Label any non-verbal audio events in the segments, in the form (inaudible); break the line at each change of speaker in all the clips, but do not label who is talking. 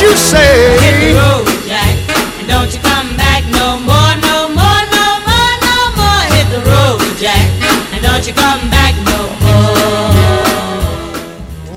you say.
Hit the road, Jack, and don't you come back no more, no more, no more, no more. Hit the road, Jack, and don't you come back no more.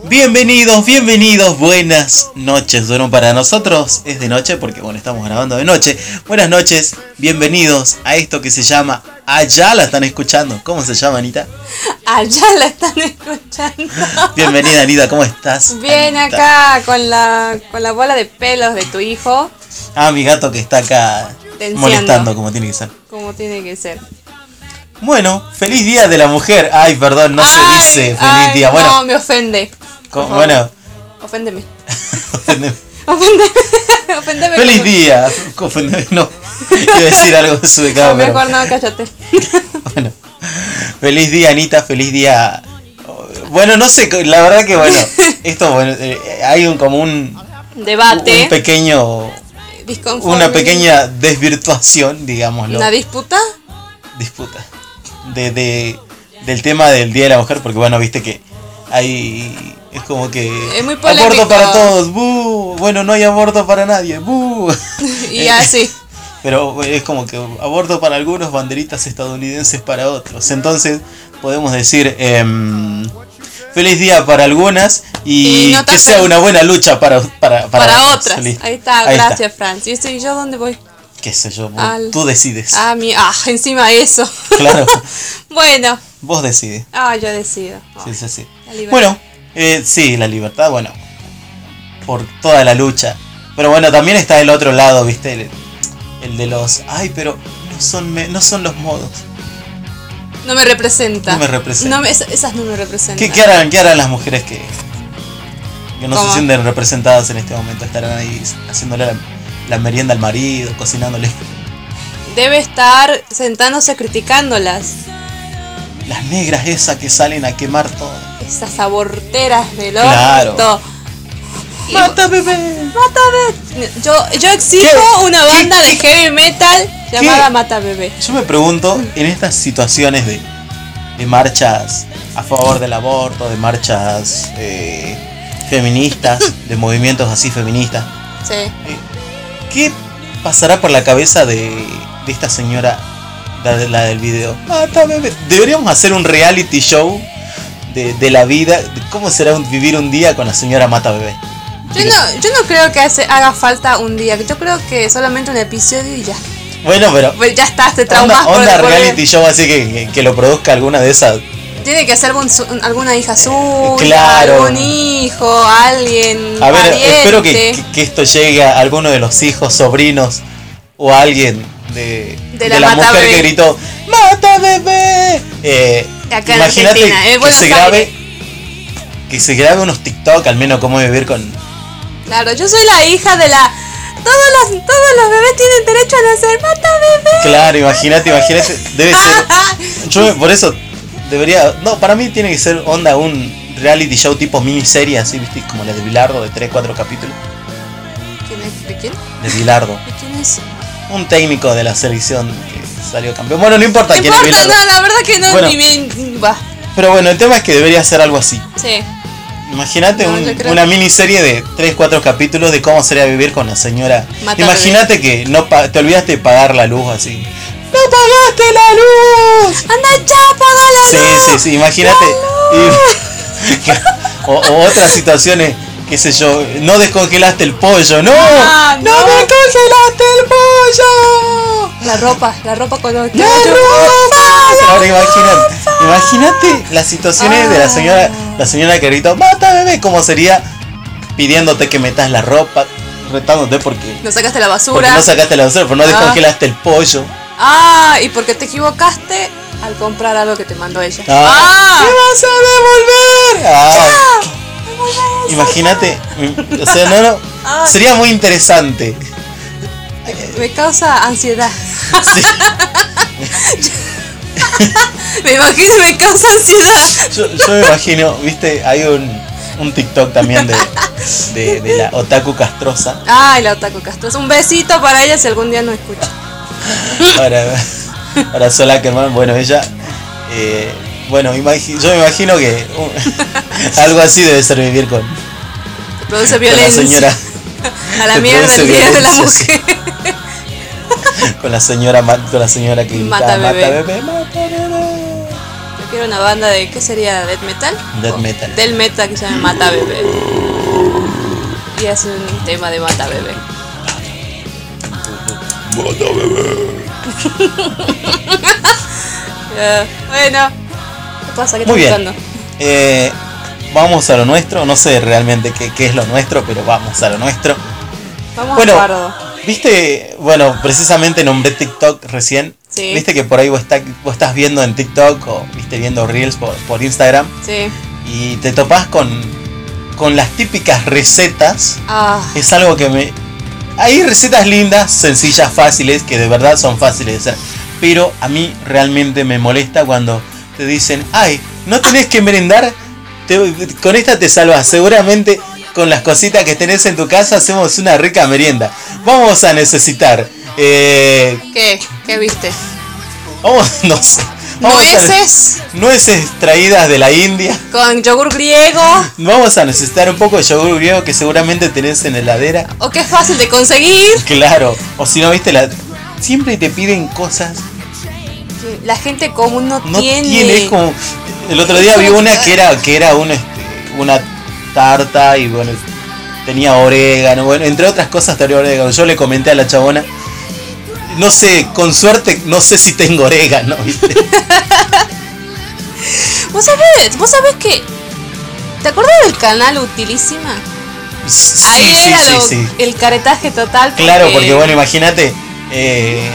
Bienvenidos, bienvenidos, buenas noches. Bueno, para nosotros es de noche porque, bueno, estamos grabando de noche. Buenas noches, bienvenidos a esto que se llama Allá la están escuchando. ¿Cómo se llama, Anita?
(laughs) Allá Ah, la están escuchando.
(laughs) Bienvenida, Anita, ¿cómo estás?
Bien
Anita?
acá con la, con la bola de pelos de tu hijo,
Ah, mi gato que está acá
Tenseando.
molestando como tiene que ser.
como tiene que ser.
Bueno, feliz día de la mujer. Ay, perdón, no
Ay,
se dice feliz
ay,
día. Bueno,
No, me ofende.
co-
por favor. (laughs)
bueno. (laughs)
Oféndeme. Oféndeme. (laughs) Oféndeme.
feliz
como-
día. No, iba a decir algo (laughs)
No,
desubicado, pero
mejor no, cállate.
bueno. Feliz día, Anita, feliz día. Bueno, no sé, la verdad que
(laughs)
bueno, esto bueno, eh, hay un como un, un
Debate.
pequeño
disconforme,
una pequeña desvirtuación, digámoslo.
¿Una disputa?
disputa de, de- del tema del Día de la Mujer, porque bueno, viste que hay... Es como que...
Es muy
aborto
polémico.
para todos, ¡bu! Bueno, no hay aborto para nadie, ¡bu!
(laughs)
Eh,
Y
(laughs)
así.
Pero es como que aborto para algunos, banderitas estadounidenses para otros. Entonces podemos decir... em, Feliz día para algunas y,
Y no
que
tan
sea
feliz.
una buena lucha para, para, para,
Para,
otras.
otras.
Feliz-
Ahí está, gracias, Franz. ¿Y esto- y yo dónde voy?
Qué sé yo, vos-
Al-
tú decides.
Ah, mi. Ah, encima eso.
(laughs)
(laughs)
Claro,
bueno.
vos decides.
Ah, yo decido.
Sí, sí, sí.
La libertad.
Bueno, eh, sí, la libertad, bueno, por toda la lucha. Pero bueno, también está el otro lado, ¿viste? El, el de los, ay, pero no son, me- no son los modos.
No me representa.
No me representa.
No me- esa- esas no me representan.
¿Qué, qué harán, qué harán las mujeres que, que no se
¿Cómo?
sienten representadas en este momento? Estarán ahí haciéndole la, la merienda al marido, cocinándole.
Debe estar sentándose criticándolas.
Las negras esas que salen a quemar todo.
Esas aborteras del
Claro.
orto. Y-
¡Mata, bebé!
Mata Bebé. Yo, yo exijo
¿Qué?
una
¿Qué?
banda de
¿Qué?
heavy metal llamada Mata Bebé.
Yo me pregunto, en estas situaciones de, de marchas a favor del aborto, de marchas eh, feministas, de movimientos así feministas,
Sí.
¿qué pasará por la cabeza de, de esta señora, la, de- la del video? Ah, Mata, bebé. Deberíamos hacer un reality show de, de la vida, de cómo será un- vivir un día con la señora Mata Bebé.
Yo no, yo no creo que hace- haga falta un día. Yo creo que solamente un episodio y ya.
Bueno, pero...
Pues ya está, te traumas
Onda,
por
onda
por-
reality show así que, que- que lo produzca alguna de esas
Tiene que ser algún su- alguna hija suya,
claro.
algún hijo, alguien.
A ver,
pariente.
espero que, que- que esto llegue a alguno de los hijos, sobrinos o a alguien de,
De la Mata
mujer que
Bebé.
gritó ¡Mata bebé! Eh,
Acá en
imagínate
Argentina, eh, en
que
Buenos
se grabe que se grabe unos TikTok al menos cómo vivir con
Claro, yo soy la hija de la. Todos los, todos los bebés tienen derecho a nacer. ¡Mata bebé!
claro imagínate imagínate
(laughs)
debe ser yo me- por eso debería no para mí tiene que ser onda un reality show tipo miniserie así viste como la de Bilardo de 3 4 capítulos
¿Quién es? ¿De quién?
de Bilardo
¿De quién es?
un técnico de la selección que salió campeón bueno no importa
No
quién es
importa,
Bilardo
no, la verdad que no,
Bueno.
ni me. Va,
Pero bueno, el tema es que debería ser algo así.
sí.
Imagínate
No,
un-
yo creo
una miniserie de 3, 4 capítulos de cómo sería vivir con la señora.
Mata
Imagínate que no pa- te olvidaste de pagar la luz así. ¡No pagaste la luz!
¡Anda ya, apaga
Sí,
la luz!
sí, sí, imagínate. Y- (laughs) o, o otras situaciones, qué sé yo, no descongelaste el pollo, ¡no!
Ah, no.
descongelaste el pollo!
La ropa, la ropa color.
¡La ropa! Ahora imagínate, imagínate las situaciones
Ah.
de la señora, la señora que gritó, mata bebé, como sería pidiéndote que metas la ropa, retándote porque,
No sacaste la
porque
basura.
no sacaste la basura, porque no
Ah.
descongelaste el pollo.
Ah, y porque te equivocaste al comprar algo que te mandó ella.
¡Me
¡Ah!
vas a devolver! Ah, imagínate, mm, o sea, no, no,
(laughs) Ah.
sería muy interesante.
Me causa ansiedad. (laughs)
Sí,
Me imagino, me causa ansiedad.
yo, yo me imagino, viste, hay un, un TikTok también de, de, de la otaku castrosa.
Ay, la Otaku Castros. Un besito para ella si algún día no escucha.
Ahora, ahora sola Kerman, bueno, ella. eh, bueno, imagi- yo me imagino (laughs) que uh, algo así debe ser vivir con, con (laughs)
Produce
la
violencia.
señora.
A la
Te
mierda
produce
el día de la
violencias.
mujer.
Con la señora, ma- con la señora que
Mata
gritaba,
bebé".
mata bebé, mata bebé.
Yo quiero una banda de, ¿qué sería? ¿Death Metal?
Death
O-
metal.
Del Metal que se llama Mata Bebé. Y hace un tema de Mata Bebé.
Mata bebé.
(laughs) Ya, bueno. ¿Qué pasa? ¿Qué
Muy
estás
bien.
buscando?
Eh, vamos a lo nuestro. No sé realmente qué, qué es lo nuestro, pero vamos a lo nuestro.
Vamos
Bueno,
a Pardo.
viste, bueno, precisamente nombré TikTok recién.
Sí.
Viste que por ahí vos, está- vos estás viendo en TikTok o viste viendo Reels por, por Instagram
Sí.
y te topás con, con las típicas recetas.
Ah,
Es algo que me. Hay recetas lindas, sencillas, fáciles, que de verdad son fáciles de hacer. Pero a mí realmente me molesta cuando te dicen, ay, no tenés que merendar, te- con esta te salvas. Seguramente con las cositas que tenés en tu casa hacemos una rica merienda. Vamos a necesitar. eh,
¿qué? ¿Qué viste?
vamos, (laughs) no sé. Vamos a-
Nueces
nueces traídas de la India.
con yogur griego.
Vamos a necesitar un poco de yogur griego que seguramente tenés en la heladera.
O que es fácil de conseguir.
Claro, o si no viste la. Siempre te piden cosas.
La gente común no,
No
tiene.
tiene, es como. El otro día
Es
vi
como
una
que-
que era, que era un, este, una tarta y bueno, tenía orégano, bueno, entre otras cosas tenía orégano. Yo le comenté a la chabona, no sé, con suerte, no sé si tengo orégano, ¿viste?
¿Vos sabés? ¿Vos sabés que? ¿Te acuerdas del canal Utilísima?
Sí,
Ahí
sí,
era
sí,
lo-
sí.
el caretaje total.
Claro, porque bueno, imagínate. eh,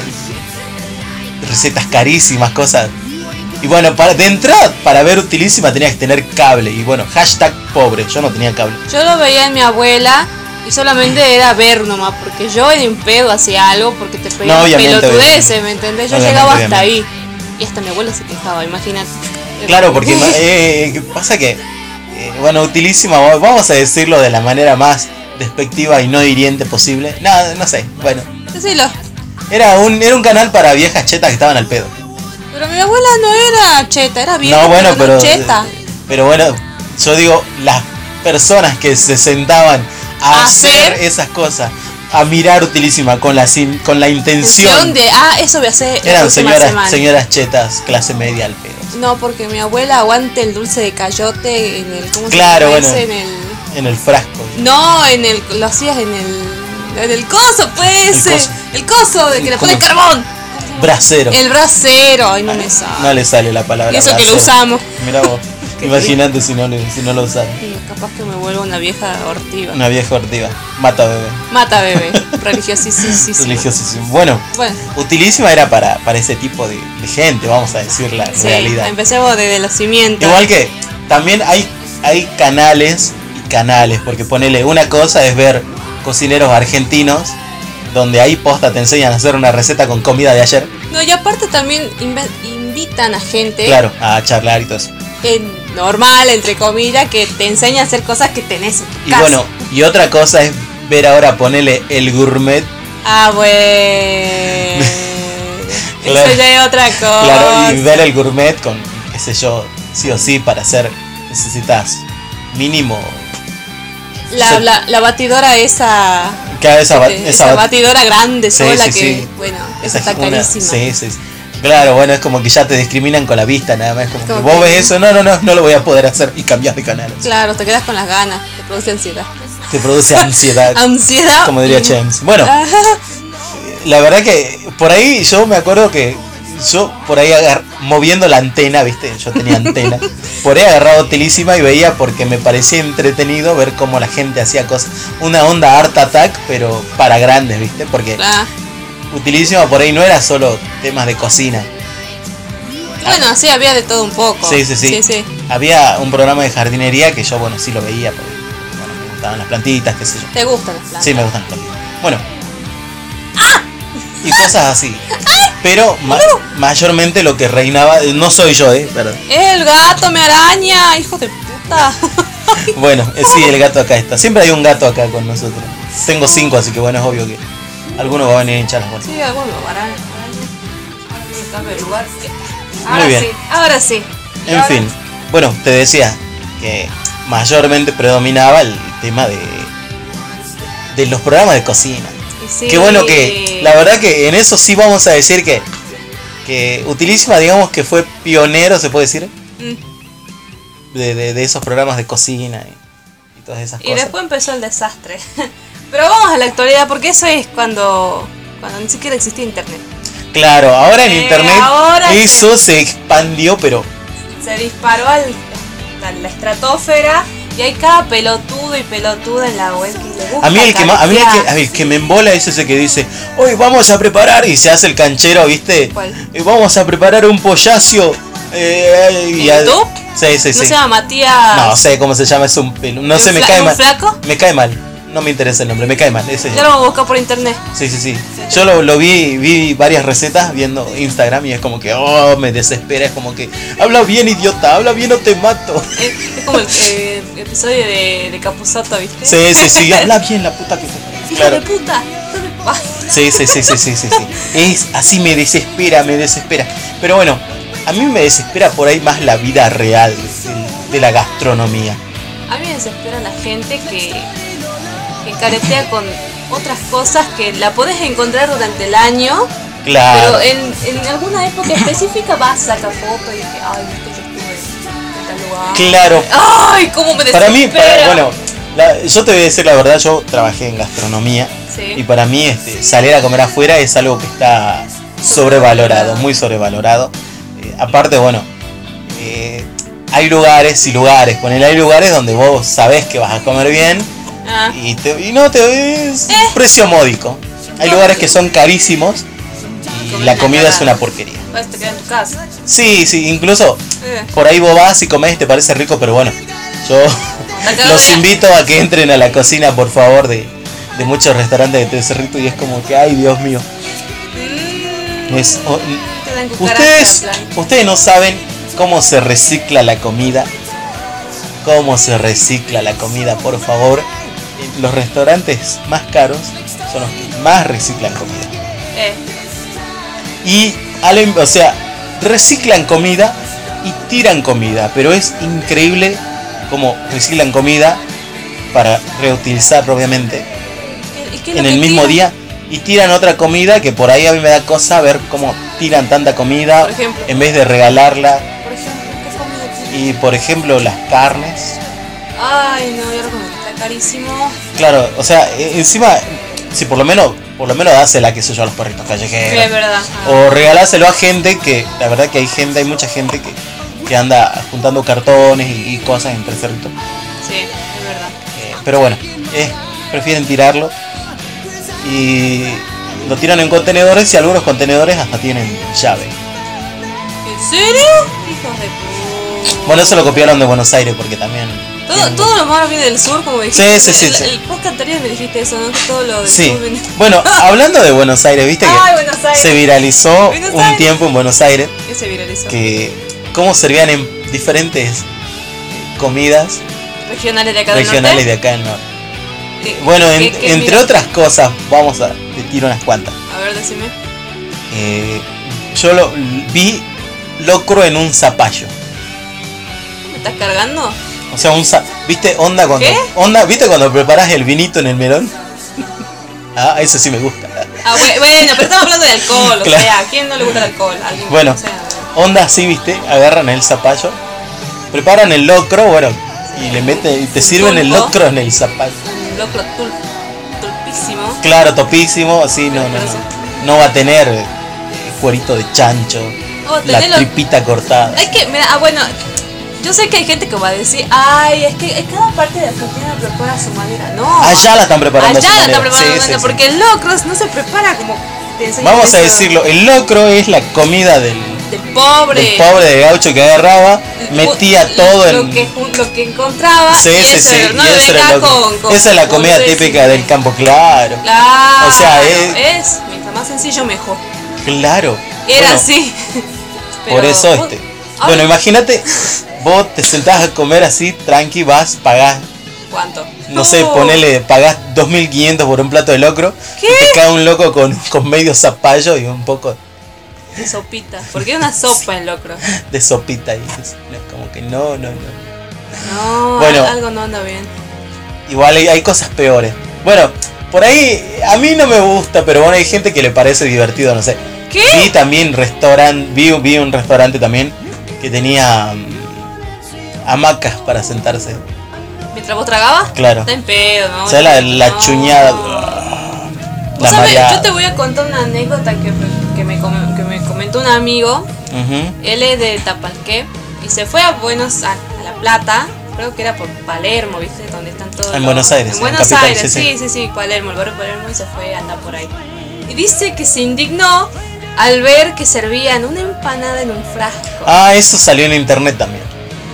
recetas carísimas, cosas. Y bueno, para, de entrada, para ver utilísima tenías que tener cable. Y bueno, hashtag pobre, yo no tenía cable.
Yo lo veía en mi abuela y solamente era ver nomás, porque yo en un pedo hacía algo porque te pedían
No, obviamente,
pelotudeces,
obviamente.
¿me entendés? Yo
Obviamente,
llegaba hasta
obviamente.
ahí. Y hasta mi abuela se quejaba, imagínate.
Claro,
(laughs)
porque eh, pasa que, eh, bueno, utilísima, va- vamos a decirlo de la manera más despectiva y no hiriente posible. Nada, no sé, bueno.
Decilo.
Era un, era un canal para viejas chetas que estaban al pedo.
Pero mi abuela no era cheta, era vieja,
no, bueno, pero.
no cheta.
Pero bueno, yo digo, las personas que se sentaban a
A
hacer,
hacer-
esas cosas, a mirar utilísima con la, sin- con la intención.
de, ah, eso voy a hacer la
eran
próxima semana.
señoras, señoras chetas, clase media al pedo.
No, porque mi abuela aguanta el dulce de cayote en el. ¿Cómo
Claro,
se
bueno.
llama ese? En el.
En el frasco.
No, en el. Lo hacías en el. En el coso, pues.
El
El
coso.
coso, de que le
¿Cómo
pones
es?
carbón.
Bracero.
El brasero. Ay, no me sale.
No le sale la palabra.
Y eso que lo
bracero.
usamos.
Mirá
(laughs)
vos. Imagínate si no, le- si no lo usaron.
Y Capaz que me vuelvo una vieja hortiva.
Una vieja ortiva. Mata bebé. (laughs)
Mata bebé. Religiosísimo.
Religiosísimo. Bueno,
Bueno,
utilísima era para, para ese tipo de, de gente, vamos a decir la
sí,
realidad.
empecemos desde los cimientos.
Igual que también hay, hay canales y canales, porque ponele, una cosa es ver cocineros argentinos, donde ahí posta te enseñan a hacer una receta con comida de ayer,
No, y aparte también inve- invitan a gente
claro, a charlar y todo eso.
eh, normal, entre comillas, que te enseña a hacer cosas que tenés en tu
Y
casa.
bueno, y otra cosa es ver ahora, ponele, el gourmet,
Ah,
(laughs)
bueno.
Claro.
Eso ya es otra cosa.
claro, y ver el gourmet con, qué sé yo, sí o sí, para hacer, necesitas mínimo,
La, la, la batidora esa.
cada esa, ba-
que-
esa
esa
ba-
batidora grande
Sí,
sola
sí,
que.
sí.
Bueno,
Esa
esa
es
está
una-
carísima.
Sí, sí, sí. Claro, bueno, es como que ya te discriminan con la vista, nada más. Como que
Como
vos
que-
ves eso, no, no, no, no lo voy a poder hacer y cambias de canal.
Claro, te quedas con las ganas, te produce ansiedad.
Te
(laughs)
produce ansiedad,
Ansiedad.
como diría
y-
James. Bueno,
Ajá.
la verdad que por ahí yo me acuerdo que yo por ahí agar- moviendo la antena, viste, yo tenía
(laughs)
antena, por ahí agarrado telísima y veía porque me parecía entretenido ver cómo la gente hacía cosas. Una onda Art Attack, pero para grandes, viste, porque
Ah,
utilísima por ahí no era solo temas de cocina.
Bueno, sí, había de todo un poco.
Sí, sí, sí.
Oh, sí.
Había un programa de jardinería que yo, bueno, sí lo veía porque bueno, me gustaban las plantitas, qué sé yo.
Te gustan las plantas. ¡Ah!
Sí, me gustan las plantitas. Bueno. Y cosas
(laughs)
así. Pero ma- mayormente lo que reinaba, no soy yo, ¿eh?
(laughs)
Perdón.
El gato me araña, hijo de puta.
(laughs) Bueno, eh, sí, el gato acá está. Siempre hay un gato acá con nosotros. Tengo cinco, así que bueno, es obvio que alguno va a venir a hinchar las bolas.
sí, alguno me araña. Ahora cambio de lugar.
Muy
Ahora
bien.
sí, ahora sí. Y
En
ahora-
fin. Bueno, te decía que mayormente predominaba el tema de de los programas de cocina.
Y sí.
Qué bueno que, la verdad que en eso sí vamos a decir que, que Utilísima, digamos que fue pionero, se puede decir,
Mm.
de, de- de esos programas de cocina y, y todas esas
Y
cosas.
después empezó el desastre. (laughs) Pero vamos a la actualidad, porque eso es cuando, cuando ni siquiera existía internet.
Claro, ahora en
Eh,
internet
ahora-
eso se expandió, pero
Se disparó al, a la estratosfera y hay cada pelotudo y pelotuda en la web que le gusta.
a mí el que más- a mí el
canjear.
que, a mí el que me embola es ese que dice, hoy vamos a preparar y se hace el canchero, ¿viste?
¿Cuál?
"Eh, Vamos a preparar un pollacio. eh, y
¿En
a-
YouTube?
Sí, sí, sí.
No se llama Matías.
No sé cómo se llama, es un pelo. No
Ah, ¿Es
sé,
un
me
fla-
cae
un
mal.
flaco?
Me cae mal. No me interesa el nombre, me cae mal. Ese.
Ya lo vamos a buscar por internet.
Sí, sí, sí. Yo lo, lo vi, vi varias recetas viendo Instagram y es como que, oh, me desespera. Es como que, habla bien, idiota, habla bien o te mato.
Es, es como el eh, episodio de, de Capuzoto, ¿viste?
Sí, sí,
(laughs)
sí, habla bien la puta que te.
Hijo
Claro.
de puta. Ah,
Sí, sí, sí, sí, sí, sí, sí. Es así, me desespera, me desespera. Pero bueno, a mí me desespera por ahí más la vida real de- de la gastronomía.
A mí me desespera la gente que, que caretea con otras cosas que la podés encontrar durante el año,
Claro.
pero en, en alguna época específica vas, saca foto y dije, ay, viste, yo estuve en tal lugar.
Claro,
Ay, cómo me desespera.
Para mí, para- bueno, la- yo te voy a decir la verdad, yo trabajé en gastronomía
Sí.
y para mí este, salir a comer afuera es algo que está sobrevalorado, muy sobrevalorado. Eh, aparte, bueno, eh, hay lugares y lugares, ponele, hay lugares donde vos sabés que vas a comer bien
Ah, Eh.
y, te- y no te es un precio módico. Hay lugares que son carísimos y la comida es una porquería.
vas a te quedar en tu casa.
Sí, sí, incluso
Eh.
por ahí vos vas y comés, te parece rico, pero bueno, yo
Acá
(laughs) los
voy.
invito a que entren a la cocina, por favor, de, de muchos restaurantes de Tres Cerritos y es como que, ay, Dios mío.
Mm,
Es, o-
te dan cucaracha,
ustedes,
en plan.
ustedes no saben cómo se recicla la comida, cómo se recicla la comida, por favor. Los restaurantes más caros son los que más reciclan comida.
Eh,
y al- o sea, reciclan comida y tiran comida, pero es increíble cómo reciclan comida para reutilizar obviamente
¿y qué es lo
en el
que
mismo
tiran?
día y tiran otra comida que por ahí a mí me da cosa ver cómo tiran tanta comida
Por ejemplo.
en vez de regalarla
Por ejemplo, ¿qué comida tiran?
y por ejemplo las carnes
Ay, no, yo lo comí, está carísimo.
claro o sea e- encima si por lo menos por lo menos dásela que sé yo a los perritos callejeros
Sí, es verdad. Ah.
Eh, O regaláselo a gente que, la verdad que hay gente, hay mucha gente que, que anda juntando cartones y, y cosas entre cerritos.
Ah, Sí, es verdad.
Eh, pero bueno, eh, prefieren tirarlo. Y lo tiran en contenedores y algunos contenedores hasta tienen llave.
¿En serio? Hijos de puta.
Bueno, eso lo copiaron de Buenos Aires porque también... Mm.
Todo,
tienen-
todo lo malo viene del sur, como dijiste.
Sí, sí, sí,
El,
sí.
el podcast anterior me dijiste eso, ¿no? Que todo lo del
Sí.
sur viene. (laughs)
Bueno, hablando de Buenos Aires, viste que
Ay, Buenos Aires.
se viralizó
Buenos
un
Aires.
tiempo en Buenos Aires
Que se viralizó.
que cómo servían en diferentes eh, comidas
Regionales de acá del
regionales de
norte.
acá del norte.
Eh,
Bueno,
¿qué-
en-
qué
entre
mira?
otras cosas, vamos a te tiro unas cuantas.
A ver, decime.
Eh, yo lo vi locro en un zapallo.
¿Me estás cargando?
O sea, un za- ¿viste onda cuando
¿Qué?
onda, viste cuando preparas el vinito en el melón? (laughs) ah, eso sí me gusta.
Ah, bue- bueno, pero estamos hablando de alcohol,
(laughs)
o
Claro.
sea, ¿a quién no le gusta el alcohol? ¿Alguien
Bueno.
O sea,
Onda así, ¿viste? Agarran el zapallo, preparan el locro, bueno, y le meten y te sirven el
Pulpo.
locro en el zapallo.
un locro tul- tulpísimo.
Claro, topísimo, así no no no. No va a tener eh, cuerito de chancho,
Oh,
la
tenelo-
tripita cortada.
Es que, mira, ah, bueno, yo sé que hay gente que va a decir, ay, es que en cada parte de Argentina prepara a su manera. No.
Allá la están preparando. de
Allá
esa
la están
manera.
preparando,
Sí, sí, sí.
porque el locros no se prepara como te enseñan
Vamos a
eso
decirlo, el locro es la comida del,
Del pobre.
del pobre de gaucho que agarraba, metía
Lo-
todo
lo
en...
que, jun- lo que encontraba.
Sí,
y
sí,
eso
sí,
era, no
y
le
eso era
venga
el locro.
con- con
Esa es la comida
dulce,
típica
sí.
del campo, claro.
Claro.
O sea, eh, es-
es mientras más sencillo, mejor.
Claro.
Era
Bueno,
así.
Por
Pero-
eso este.
Ahora,
Bueno, imagínate, vos te sentás a comer así, tranqui, vas, pagás,
¿Cuánto?
no sé,
Oh,
ponele, pagás 2.500 por un plato de locro,
¿Qué?
y te cae un loco con, con medio zapallo y un poco
de Sopita. Porque era una sopa el locro.
de sopita. Y es como que no, no, no.
No,
Bueno.
algo no anda bien.
Igual hay, hay cosas peores. Bueno, Por ahí, a mí no me gusta, pero bueno, hay gente que le parece divertido, no sé.
¿Qué?
Vi también restaurante, vi, vi un restaurante también que tenía mm, hamacas para sentarse.
¿Mientras vos tragabas?
Claro.
Está en pedo, ¿no?
O sea, la, la
No.
chuñada.
Ah. Vos
La
sabés,
mareada.
Yo te voy a contar una anécdota que, que me, com- que me comentó un amigo.
Ujú.
Él es de Tapalqué y se fue a Buenos a, a La Plata, creo que era por Palermo, ¿viste? Donde están todos.
En
los-
Buenos Aires,
En
en
Buenos
capital,
Aires,
sí,
sí, sí, sí, Palermo, el barrio Palermo y se fue a andar por ahí. Y dice que se indignó al ver que servían una empanada en un frasco.
Ah, eso salió en internet también.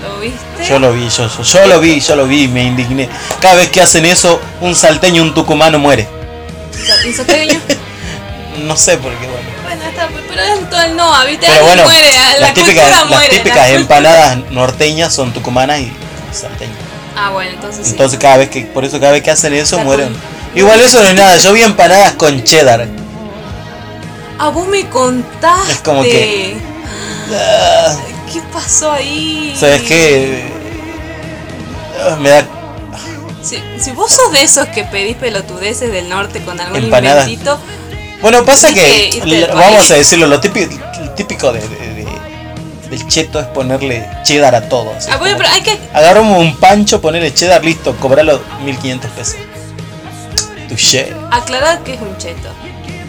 ¿Lo viste?
Yo lo vi, yo, yo, yo lo vi, yo lo vi, me indigné. Cada vez que hacen eso, un salteño, un tucumano muere.
Y soteño.
No sé por qué, bueno.
Bueno, está, pero es todo el no, ¿viste?
Pero bueno,
muere, ah, la
las típicas,
cultura
las
muere. la
típicas
cultura-
empanadas norteñas son tucumanas y salteñas.
Ah, bueno, entonces sí.
Entonces cada vez que, por eso cada vez que hacen eso
Está
mueren.
con-
Igual eso no es nada, yo vi empanadas con cheddar.
Ah, vos me contaste.
Es como que- Ah,
¿Qué pasó ahí?
¿Sabes qué? Ah, Me da
Si, si vos sos de esos que pedís pelotudeces del norte con algún
Empanada.
inventito,
Bueno, pasa que,
Irte- irte del
la- vamos
país.
a decirlo, lo típico, típico de, de- de- del cheto es ponerle cheddar a todo. así
ah, bueno,
como
pero hay que.
agarramos un pancho, ponerle cheddar, listo, cobrarlo 1500 pesos. Touché.
aclarar que es un cheto.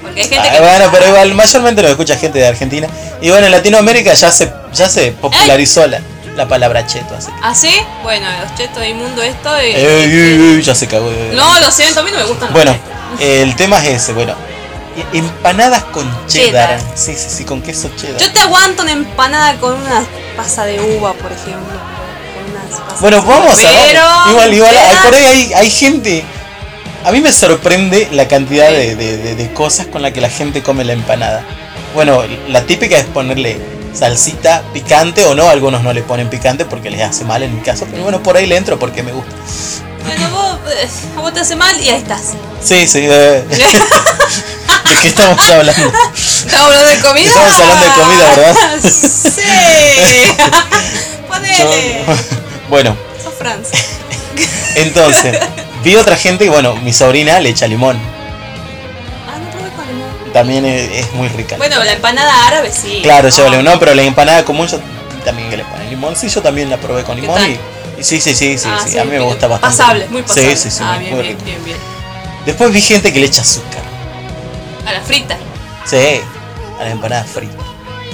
Porque hay gente
Ah,
que.
bueno, pero igual, mayormente lo escucha gente de Argentina. Y bueno, en Latinoamérica ya se, ya se popularizó la, la palabra cheto. Así.
¿Así? ¿Ah, bueno, los chetos inmundo esto y.
Ey, ey, ey, ya se cagó. de-
Eh, No, lo siento, a mí no me gustan
Eh, Bueno,
los chetos.
el tema es ese, bueno. e- Empanadas con cheddar.
Cheddar.
Sí, sí, sí, con queso cheddar.
Yo te aguanto una empanada con una pasa de uva, por ejemplo. con unas pasas
Bueno,
de uva,
vamos a ver.
pero-
Igual, igual, hay-
pero-
por ahí hay, hay gente. A mí me sorprende la cantidad de, de- de- de cosas con la que la gente come la empanada. Bueno, la típica es ponerle salsita picante o no. Algunos no le ponen picante porque les hace mal en mi caso. Pero bueno, por ahí le entro porque me gusta.
Bueno, vos, eh, a vos te hace mal y ahí estás. (laughs)
Sí, sí. eh, ¿De qué estamos hablando?
Estamos hablando de comida.
Estamos hablando de comida, ¿verdad?
(laughs)
(laughs)
sí. Ponele.
Yo- bueno,
Sos Franz.
entonces. Vi otra gente y bueno, mi sobrina le echa limón.
Ah, no probé con limón.
También es, es muy rica.
Bueno, la empanada árabe sí.
Claro,
Ah,
lleva limón. No, pero la empanada común yo también que le ponen limón. Sí, yo también la probé con
¿Qué
limón
tal?
y, y sí, sí, sí, sí,
ah,
sí, A mí me gusta bastante.
Pasable, muy pasable.
Sí, sí, sí,
Ah,
muy
bien, bien,
rico.
bien, bien.
Después vi gente que le echa azúcar.
A la frita.
Sí, a la empanada frita.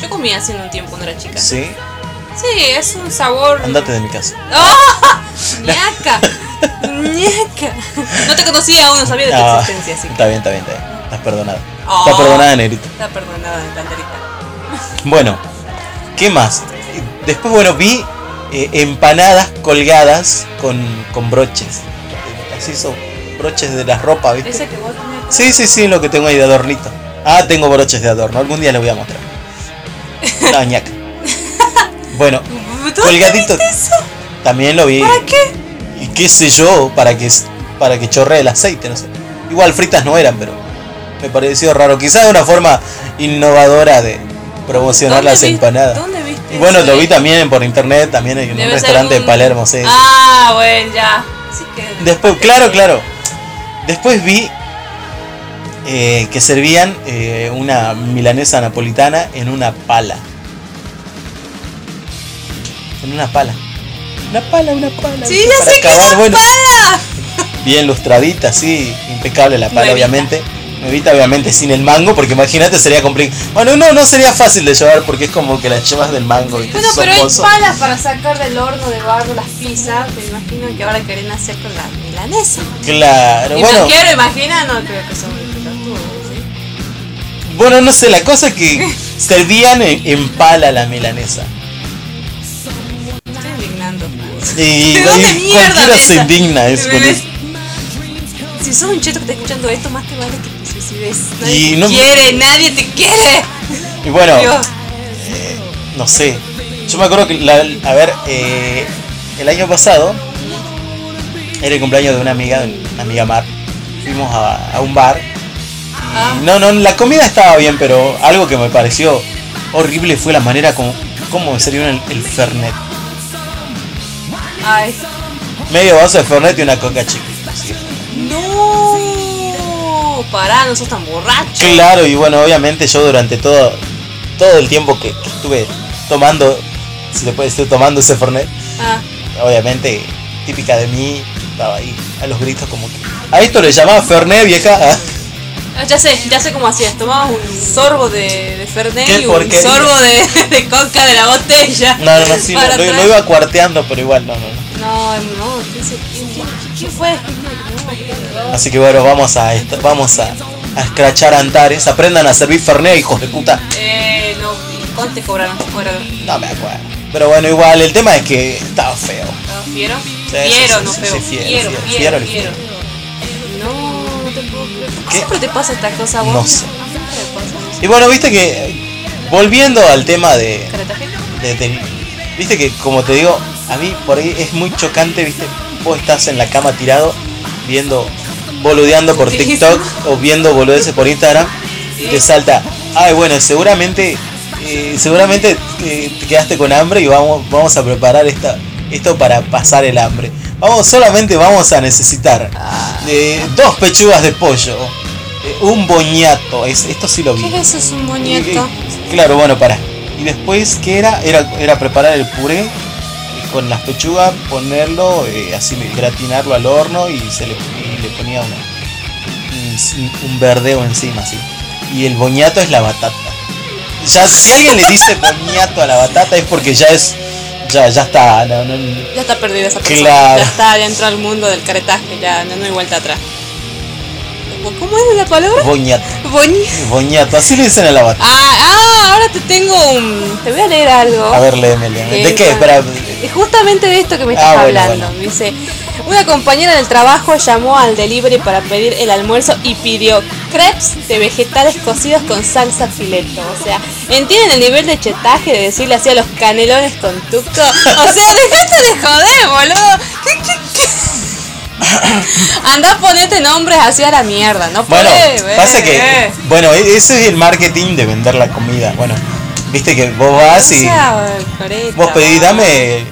Yo comía hace un tiempo cuando era chica. Sí,
Sí,
es un sabor.
andate de mi casa.
¡Ñaca! ¡Ñaca! No te conocía aún, no sabía de tu
Ah,
existencia, así que.
Está bien, está bien, está bien. Estás perdonada.
Oh.
Estás perdonada, Nerito.
Está perdonada de planterita.
Bueno, ¿qué más? Después, bueno, vi eh, empanadas colgadas con, con broches. Así son broches de la ropa, ¿viste?
Ese que vos
Sí,
tenés.
sí, sí, lo que tengo ahí de adornito. Ah, tengo broches de adorno. Algún día les voy a
(laughs)
mostrar. No, ñaca. Bueno,
¿Dónde
colgadito.
viste eso?
También lo vi.
¿Para qué?
Y qué sé yo, para que, para que chorree el aceite, no sé. Igual fritas no eran, pero me pareció raro. Quizás una forma innovadora de promocionar
¿Dónde
las
vi-
empanadas.
¿Dónde viste
Y bueno,
eso?
lo vi también por internet, también en un
Debe ser
restaurante de
algún-
Palermo, sí.
Ah, bueno, ya. Así que.
Después, claro, claro. Después vi eh, que servían eh, una milanesa napolitana en una pala. En una pala. Una pala, una pala.
Sí,
¿viste?
ya
Para
sé que
acabar,
es
bueno,
pala.
Bien lustradita, sí. Impecable la pala,
Nuevita.
obviamente. Nuevita, obviamente, sin el mango, porque imagínate, sería complicado. Bueno, no, no sería fácil de llevar porque es como que la llevas del mango. ¿viste?
Bueno, pero hay
Soposo.
palas para sacar del horno de barro las pizzas. Me imagino que ahora quieren hacer con la milanesa.
Claro,
Y
bueno.
me quiero imaginar, no creo que son muy pelotudos, ¿sí?
Bueno, no sé, la cosa es que
(laughs)
servían en, en pala la milanesa.
Me estoy indignando.
Y,
¿De dónde
y
mierda
cualquiera
ves
se
esa?
indigna es
¿Me
por
ves?
eso.
Si sos un cheto que está escuchando esto, más te vale que te suicides. Nadie
Y
te
no-
quiere, nadie te quiere.
Y bueno,
Dios.
no sé. Yo me acuerdo que, la- a ver, eh, el año pasado era el cumpleaños de una amiga, de una amiga Mar. Fuimos a, a un bar.
Ah.
No, no, la comida estaba bien, pero algo que me pareció horrible fue la manera como, como servían el, el Fernet.
Ay.
Medio vaso de Fernet y una coca chica. así.
No. pará, no sos tan borracho.
Claro, y bueno, obviamente yo durante todo, todo el tiempo que, que estuve tomando, si le puede decir tomando ese Fornet,
Ah,
obviamente típica de mí, estaba ahí a los gritos como que... A esto le llamaba Fernet, vieja. (laughs)
ah, ya sé, ya sé cómo hacías. Tomabas un sorbo de, de Fernet
Qué
y un
porquería.
sorbo de, (laughs) de coca de la botella.
No, no, no, sí, no,
Para
lo, lo
atrás.
iba cuarteando, pero igual, no, no. no.
No, no, ¿quién, se- quién- quién- quién fue?
Así que bueno, vamos a esto, vamos a, a escrachar Antares. Aprendan a servir Fernet, hijos de puta.
Eh, no, ¿cuánto te cobraron? No me acuerdo.
No me acuerdo. Pero bueno, igual, el tema es que estaba feo.
¿Ah, ¿Fiero?
sí,
fiero,
sí,
no
sí,
feo.
sí, fiero,
fiero,
fiero,
fiero,
fiero,
fiero. No, no te puedo creer.
¿Qué?
Siempre te pasa esta cosa a vos.
No sé.
Siempre te pasa.
Y bueno, viste que. Volviendo al tema de.
¿Carataje?
de- del- viste que, como te digo, a mí por ahí es muy chocante, viste. Vos estás en la cama tirado, viendo. boludeando por TikTok o viendo boludeces por Instagram. Y te salta. Ay, bueno, seguramente. eh, seguramente eh, te quedaste con hambre y vamos, vamos a preparar esta, esto para pasar el hambre. Vamos, solamente vamos a necesitar eh, dos pechugas de pollo, eh, un boñato. Es, esto sí
(laughs)
lo vi.
¿Qué es eso? ¿Es un
Y-
muñeco?
y- Claro, bueno, para. Y después, ¿qué era? Era, era preparar el puré eh, con las pechugas, ponerlo, eh, así gratinarlo al horno y se le, y le ponía una- un, un verdeo encima, así. Y el boñato es la batata. Ya, si alguien le dice boñato a la batata es porque ya es. Ya, ya está. no, no, no.
Ya está perdida esa persona.
Claro.
Ya está dentro del mundo del caretaje, ya no, no hay vuelta atrás. ¿Cómo es la palabra?
Boñato.
Boñi.
Boñato, así le dicen a la batata.
Ah, ah, ahora te tengo un. Te voy a leer algo.
A ver, léeme, léeme. ¿De qué? Espera.
Es Justamente de esto que me estás
Ah, bueno,
hablando.
bueno.
Dice, una compañera del trabajo llamó al delivery para pedir el almuerzo y pidió crepes de vegetales cocidos con salsa fileto. O sea, ¿entienden el nivel de chetaje de decirle así a los canelones con tuco? O sea, dejate de joder, boludo. ¿Qué, qué,
(coughs)
qué? Andá ponete nombres así a la mierda, no
Bueno,
podés,
pasa
eh,
que.
eh.
Bueno, e- ese es el marketing de vender la comida. Bueno, viste que vos
No
vas y.
sea, coreta,
Vos pedís,
va.
dame.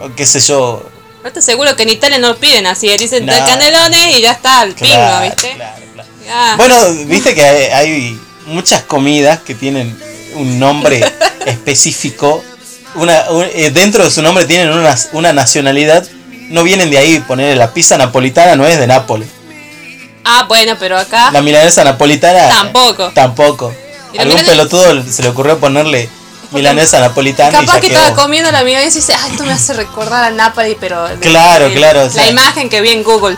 o Qué sé yo.
No te seguro que en Italia no lo piden así, eh. dicen
Nah.
canelones y ya está, al
claro,
pingo, ¿viste? Ah.
claro, claro.
Ya.
Bueno, viste que hay, hay muchas comidas que tienen un
(laughs)
nombre específico. Una, un- eh, dentro de su nombre tienen una, una nacionalidad. No vienen de ahí. Poner la pizza napolitana no es de Nápoles.
Ah, bueno, pero acá.
(laughs) La milanesa napolitana.
Tampoco.
Tampoco.
Y la
Algún
milane-
pelotudo se le ocurrió ponerle milanesa napolitana. y
capaz
ya
que
quedó.
estaba comiendo la milanesa y dice, ah, esto me hace recordar a Napoli, pero. de-
(laughs) Claro,
de-
claro, o
La
sea.
imagen que vi en Google.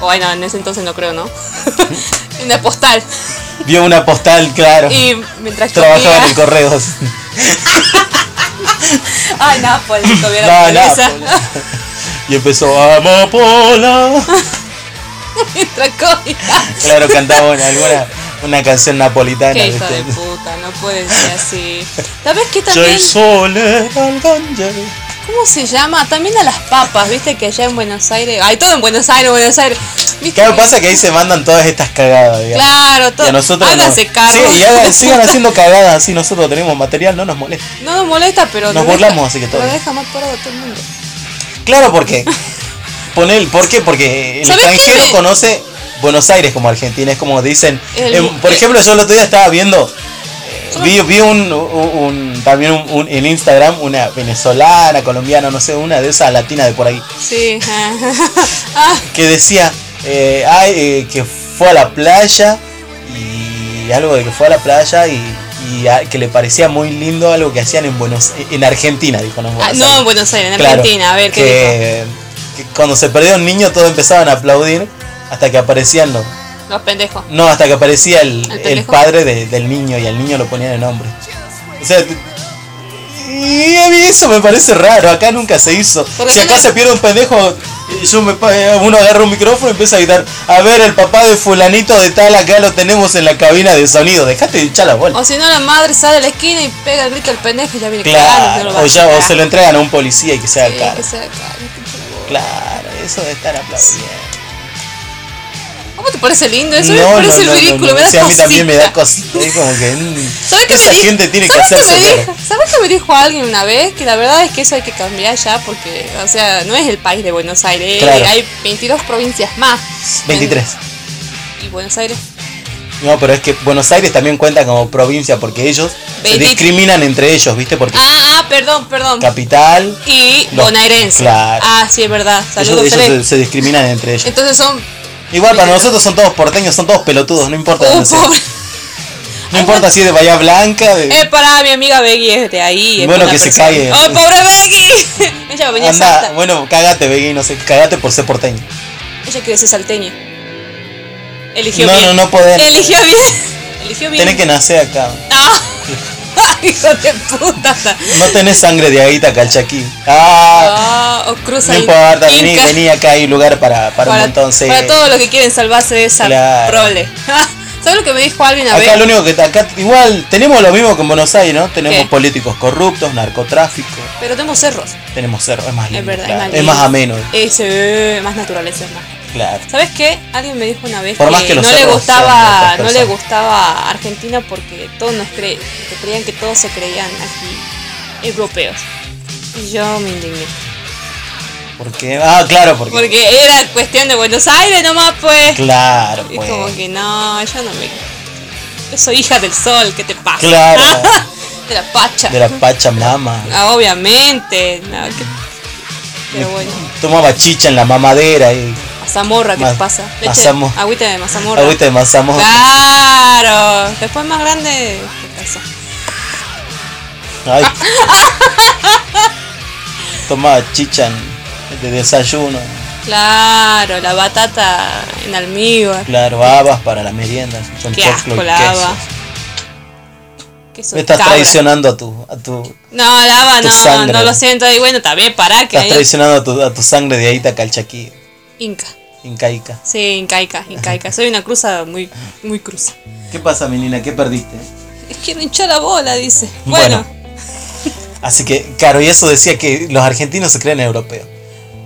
Bueno, en ese entonces no
(laughs)
creo, ¿no? Una postal.
Vio una postal, claro.
Y mientras
Trabajaba en el
comía.
correo.
(laughs) Ah, Napoli,
(laughs)
comía
No,
la milanesa.
Nápoles. y empezó Amapola.
(laughs) (laughs) mientras comía.
Claro, cantaba una, alguna una canción napolitana.
Qué hijo
¿viste?
de puta, no
(laughs)
puede ser así. ¿Sabes qué
Soy
también?
sole al ganja.
¿Cómo se llama? También a las papas, viste que allá en Buenos Aires. Ay, todo en Buenos Aires, Buenos Aires. ¿Viste?
Claro, pasa que ahí se mandan todas estas cagadas, digamos.
Claro, todo.
Y a nosotros
Háganse
no.
cargo.
Sí, y hagan-
(laughs)
sigan haciendo cagadas así, nosotros tenemos material, no nos molesta.
No nos molesta, pero
Nos
lo deja-
burlamos, así que todo
Lo
bien.
deja más parado a todo el mundo.
Claro, porque.
(laughs)
Poné el, ¿Por qué? Porque el
¿Sabés qué?
extranjero conoce Buenos Aires como Argentina, es como dicen.
El- eh,
em, por ejemplo, yo el otro día estaba viendo. eh, Vi, vi un, un- un- también un- un- en Instagram una venezolana, colombiana, no sé, una de esas latinas de por ahí,
Sí. (laughs) ah,
que decía eh, ay, eh, que fue a la playa y algo de que fue a la playa y, y a- que le parecía muy lindo algo que hacían en Buenos en Argentina, dijo. No, en
ah,
Buenos
no,
Aires.
en Buenos Aires, en
Claro,
Argentina. A ver, ¿qué dijo?
que, que cuando se perdió un niño todos empezaban a aplaudir hasta que aparecían los...
Los pendejos.
No, hasta que aparecía el,
¿El
el
pendejo?
padre de- del niño y al niño lo ponían de nombre. O sea... Y a mí eso me parece raro, acá nunca se hizo.
Porque
si acá
acá no-
se pierde un pendejo, yo me pa- uno agarra un micrófono y empieza a gritar, a ver, el papá de fulanito de tal acá lo tenemos en la cabina de sonido, dejate de hinchar la bola.
O si no, la madre sale a la esquina y pega el grito al pendejo y ya viene
claro,
cagando, no lo va a
o, ya, o
tirar.
se lo entregan a un policía y que sea
Sí,
caro.
que sea caro.
Claro, eso de estar aplaudiendo.
¿Cómo te parece lindo eso? me parece ridículo, me da
O sea, a mí también me da
cosita.
cosita. Es como que. mm,
¿Sabes qué
esa
me dijo?
gente tiene que
¿Sabes qué
hacerse.
me
ver.
dijo? ¿Sabes qué me dijo alguien una vez? Que la verdad es que eso hay que cambiar ya porque, o sea, no es el país de Buenos Aires, eh,
Claro.
hay 22 provincias más.
23.
y Buenos Aires.
No, pero es que Buenos Aires también cuenta como provincia porque ellos se
Veinti-
discriminan entre ellos, ¿viste? Porque
Ah, ah, perdón, perdón.
capital,
y
Los-
bonaerense.
claro.
Ah, sí, es verdad.
ellos,
Saludos,
ellos
Fede.
se, se discriminan entre ellos.
Entonces son.
Igual para nosotros son todos porteños, son todos pelotudos, no importa de
Uh,
dónde sea.
pobre.
No importa si es de Bahía Blanca, de...
Eh, pará, mi amiga Beggy es de ahí. es
Bueno,
buena
que se
persona.
calle.
¡Oh, pobre Beggy! (laughs) Ella venía de
Anda,
Salta.
bueno, cagate, Begui, no sé, cagate por ser porteño.
Ella quiere ser salteña. Eligió
No,
bien.
no, no podés.
Eligió bien. (laughs) Eligió bien.
Tenés que nacer acá.
(laughs) Ah. Hijo de puta.
No tenés sangre de Aguita Calchaquí. Ah,
Ah, o cruza
no
el
importa, vení,
Inca.
vení acá, hay lugar para, para, un montón. sí.
para todos los que quieren salvarse de esa
Claro.
prole. (laughs) ¿Sabes lo que me dijo alguien a
Acá
ver?
lo único que acá igual tenemos lo mismo que en Buenos Aires, ¿no? Tenemos
¿Qué?
políticos corruptos, narcotráfico,
Pero tenemos cerros.
tenemos cerro, es más lindo,
Es verdad,
claro.
es más
es más
lindo.
ameno,
Es eh, más naturaleza, es más.
claro.
¿Sabes qué? Alguien me dijo una vez
Por más que los
no le
cerros sean de
gustaba,
otras
no le
personas.
gustaba Argentina porque todos nos cre- que creían que todos se creían aquí europeos. Y yo me indigné.
Porque ah, claro, porque,
Porque era cuestión de Buenos Aires nomás, pues.
claro,
Y
pues.
como que no, yo no me. Yo soy hija del sol, ¿qué te pasa?
Claro.
(laughs) de la pacha.
de la
(laughs)
Pachamama.
Ah, obviamente. No, que... Pero bueno.
Tomaba chicha en la mamadera y
Mazamorra, ¿qué
Ma-
te pasa? Leche,
mazamo-
agüita de mazamorra.
ahorita de mazamorra.
Claro. Después más grande. ¿Qué pasa? Ah. (laughs)
Ay. Tomaba chicha en- de desayuno,
Claro, la batata en almíbar.
claro, habas para la merienda, con
Qué
choclo
asco
y
la
queso.
haba. Queso
Me
de
estás
cabra.
traicionando a tu a tu
No, la haba
tu
no,
sangre.
no lo siento. Y bueno, también pará que
estás
hay
traicionando a tu, a tu sangre de Aita Calchaquí,
Inca.
incaica.
Sí, incaica, incaica. Soy una cruza muy, muy cruza.
¿Qué pasa, menina? ¿Qué perdiste?
Quiero hinchar la bola, dice.
Bueno.
Bueno,
Así que, claro, y eso decía que los argentinos se creen europeos.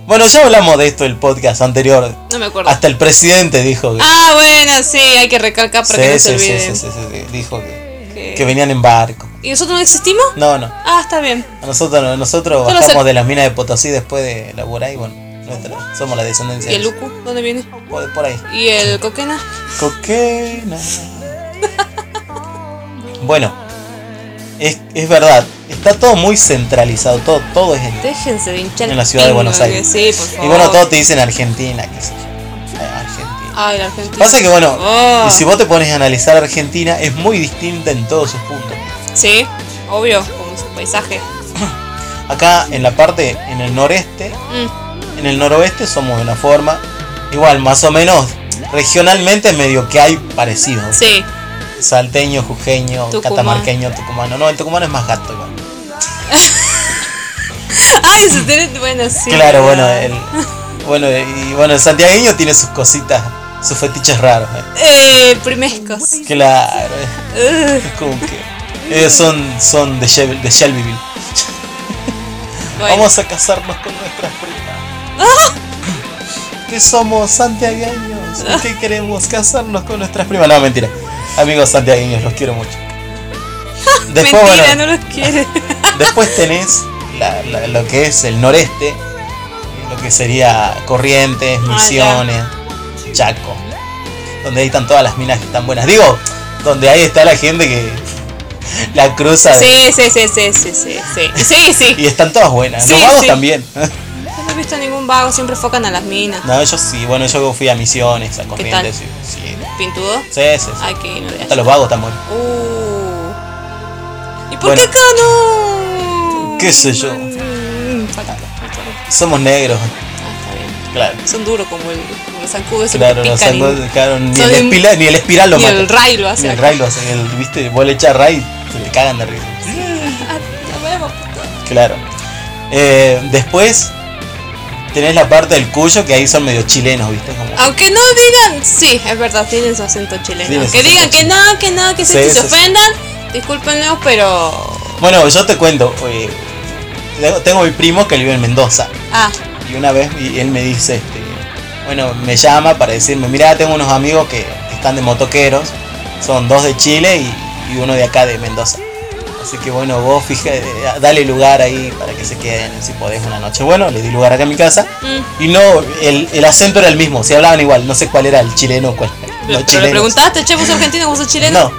Bueno, ya hablamos de esto el podcast anterior.
no me acuerdo.
Hasta el presidente dijo que.
Ah, bueno, sí, hay que recalcar para que no
sí, sí,
se
sí,
olviden. Eh.
sí, sí, sí, dijo que,
que-
que venían en barco.
¿Y nosotros no existimos?
No, no.
Ah, está bien.
A Nosotros, no, nosotros
Solo
bajamos
se-
de las minas de Potosí después de laburar y bueno, nuestra- somos la descendencia.
¿Y el
de-
Lucu? ¿Dónde viene?
Por, por ahí.
¿Y el Coquena? (laughs)
Coquena. bueno, es, es verdad. Está todo muy centralizado. Todo, todo es en,
Déjense de hinchar.
en la ciudad de
pingo,
Buenos Aires.
que Sí, por favor.
Y bueno, todos te dicen Argentina, qué sé yo. Eh, Argentina.
Ay, la Argentina.
Pasa que bueno,
Oh.
y si vos te pones a analizar Argentina, es muy distinta en todos sus puntos.
Sí, obvio, como su paisaje.
Acá en la parte, en el noreste,
Mm,
en el noroeste somos de una forma, igual más o menos, regionalmente medio que hay parecidos.
sí, (laughs)
Salteño, jujeño,
Tucumán.
catamarqueño, tucumano. No, el tucumano es más gato igual.
Ay, se tiene. Bueno, sí. (laughs)
Claro, bueno, el, bueno, y bueno, el santiagueño tiene sus cositas, sus fetiches raros. eh.
Eh, primescos.
Claro, eh.
Ugh,
Es como que ellos son, son de, Shel- de Shelbyville.
bueno.
Vamos a casarnos con nuestras primas.
(laughs)
Que somos santiagueños. ¿Y que queremos? Casarnos con nuestras primas. No, mentira. Amigos santiagueños, los quiero
(laughs)
mucho. Después,
Mentira,
bueno,
no los quiere.
después tenés la- la- lo que es el noreste, lo que sería Corrientes,
Ah, ya.
Misiones, Chaco, donde ahí están todas las minas que están buenas. Digo, donde ahí está la gente que (laughs) la cruza de-
Sí, sí, sí, sí, sí, sí, sí. Sí, sí.
y están todas buenas.
Sí,
Los vagos
sí.
también. (laughs)
Yo no he visto ningún vago, siempre enfocan a las minas.
No, yo sí, bueno, yo fui a misiones, a corrientes, sí, sí,
¿Pintudo?
sí, sí, sí.
Ay, que no le
Hasta los vagos están buenos.
Uh. ¿Y por
Bueno.
qué acá no?
Qué sé yo.
Mm, falta, falta.
Somos negros,
Ah, está bien.
claro.
Son duros como el, como el zancudo ese
Claro,
que
los
pican y-
anglos, claro, ni,
Son
el
un-
espila- ni el espiral lo
y
mata.
el ray lo hace.
Ni el
acá.
ray lo hace, el- viste, vos le echas ray, se te cagan de risa.
(laughs) Ah, ya vemos, puto.
Claro. Eh, después tenés la parte del cuyo que ahí son medio chilenos, viste, como
Aunque no digan, sí, es verdad, tienen su acento
Tienen
chileno.
su
Aunque
acento
digan que no, que no, que
Sí,
se, que se
sí, sí.
ofendan, discúlpenlos, pero.
Bueno, yo te cuento, eh, tengo, tengo mi primo que vive en Mendoza.
Ah,
Y una vez y él me dice, este, bueno, me llama para decirme, mira, tengo unos amigos que están de motoqueros, son dos de Chile y, y uno de acá de Mendoza. Así que bueno, vos fíjate, dale lugar ahí para que se queden, si podés una noche. Bueno, le di lugar acá en mi casa.
mm,
Y no, el, el acento era el mismo, se hablaban igual, no sé cuál era el chileno o cuál era.
Pero
chilenos.
le preguntaste, che, vos sos argentino, vos sos chileno.
No,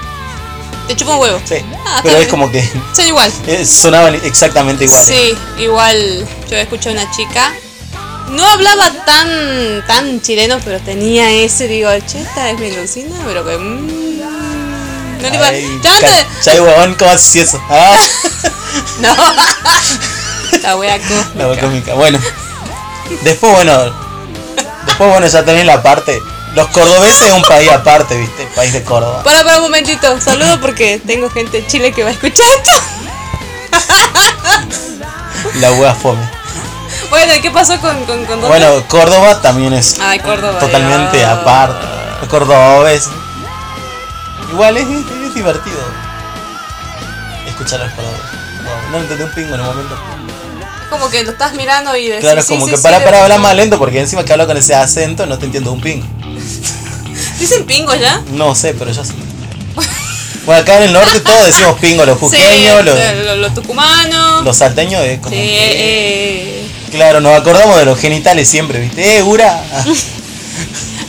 Te chupa un huevo.
sí.
Ah, está
pero es
bien.
como que
Son igual.
eh, sonaban exactamente igual.
Sí, igual yo escuché a una chica. No hablaba tan tan chileno, pero tenía ese, digo, che, esta es melucina, pero que... mm, no le iba... Ya antes-
Chay, huevón, ¿cómo haces eso? Ah,
(laughs) No. La wea
la
cósmica.
cómica. Bueno, después, bueno, después, bueno, ya también la parte. Los cordobeses es un país aparte, ¿viste? El país de Córdoba.
Para, para un momentito. Saludo porque tengo gente de Chile que va a escuchar esto. (laughs)
La hueá fome.
Bueno, ¿y ¿qué pasó con, con, con dónde?
Bueno, Córdoba también es
Ay, Córdoba.
totalmente
ah.
aparte. Los cordobes. Igual es, es divertido escuchar a los cordobes. Wow, no entendí un pingo en el momento.
Como que lo estás mirando y decís,
Claro, es
sí,
como
sí,
que
sí,
para,
de-
para hablar más lento porque encima que hablo con ese acento no te entiendo un pingo.
Dicen pingo ya.
No sé, pero yo sí. Bueno, acá en el norte todos decimos pingo, los
sí,
juqueños, los,
lo- lo- los tucumanos.
los salteños es como...
Sí, eh, eh,
Claro, nos acordamos de los genitales siempre, ¿viste? ¡Eh, Ura!
(laughs)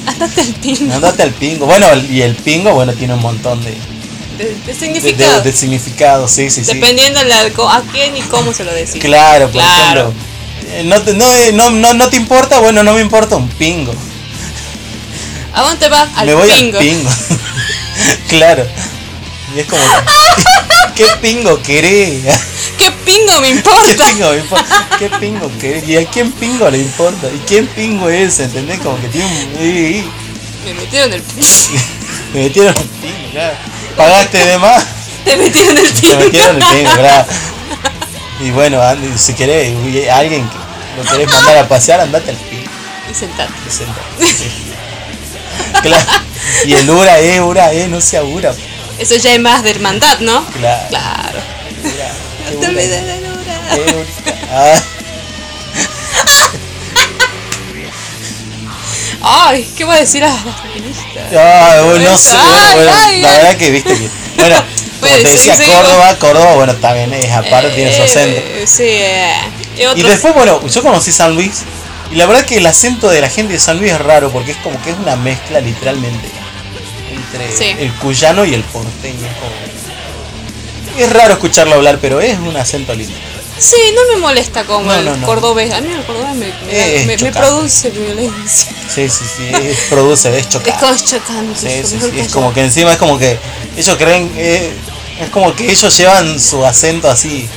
Ah,
Andate al pingo.
Andate al pingo. Bueno, y el pingo, bueno, tiene un montón de, de-
De, de
de,
significado.
de significados, sí, sí, sí.
Dependiendo del alco- a quién y cómo se lo decís.
Claro, por
Claro.
ejemplo. eh, No te, no, eh, no, no, no te importa, bueno, no me importa un pingo.
¿A dónde te vas? Al
me voy
pingo.
al pingo. (laughs) claro. Y es como. que, (laughs) ¿Qué pingo querés?
¿Qué pingo
(laughs)
me
¿Qué
importa?
pingo, me importa? ¿Qué pingo querés? ¿Y a quién pingo le importa? ¿Y quién pingo es? ¿Entendés? Como que tiene un. y- y-
Me metieron el pingo. (laughs)
Me metieron el pingo, claro. Pagaste de más.
Te metieron el
Me
pingo.
metieron el
(laughs)
pingo, claro. Y bueno, Andy, si querés, y alguien que lo querés mandar a pasear, andate al pingo.
Y sentate.
Presenta. Claro. Y el Ura, eh, Ura, eh, no sea Ura.
Eso ya es más de hermandad, ¿no?
Claro.
Claro.
Ura,
(laughs)
eh,
Te
Ura,
me
eh,
dieron una.
Ura. Ah,
Ay, ¿qué voy a decir a las feministas?
ah, bueno, no sé, bueno, bueno,
Ay, ay,
la
ay.
verdad que viste que.
(laughs)
Bueno, como te
Bueno, sí,
decía,
sí,
Córdoba, Córdoba, bueno, también es aparte, tiene su
Eh,
acento.
Sí, eh, y
Y
otros.
después, bueno, yo conocí San Luis. Y la verdad que el acento de la gente de San Luis es raro porque es como que es una mezcla literalmente entre
Sí.
el cuyano y el porteño. es como- Es raro escucharlo hablar, pero es un acento lindo.
Sí, no me molesta como
No,
el
no, no.
cordobés. A mí el cordobés me, me da-
Eh, es
me- me
chocante.
produce violencia.
Sí, sí, sí, es- produce, es
Es
chocante.
como chocante.
Sí, sí,
mejor
sí, es
callar.
como que encima es como que ellos creen, eh, es como que ellos llevan su acento así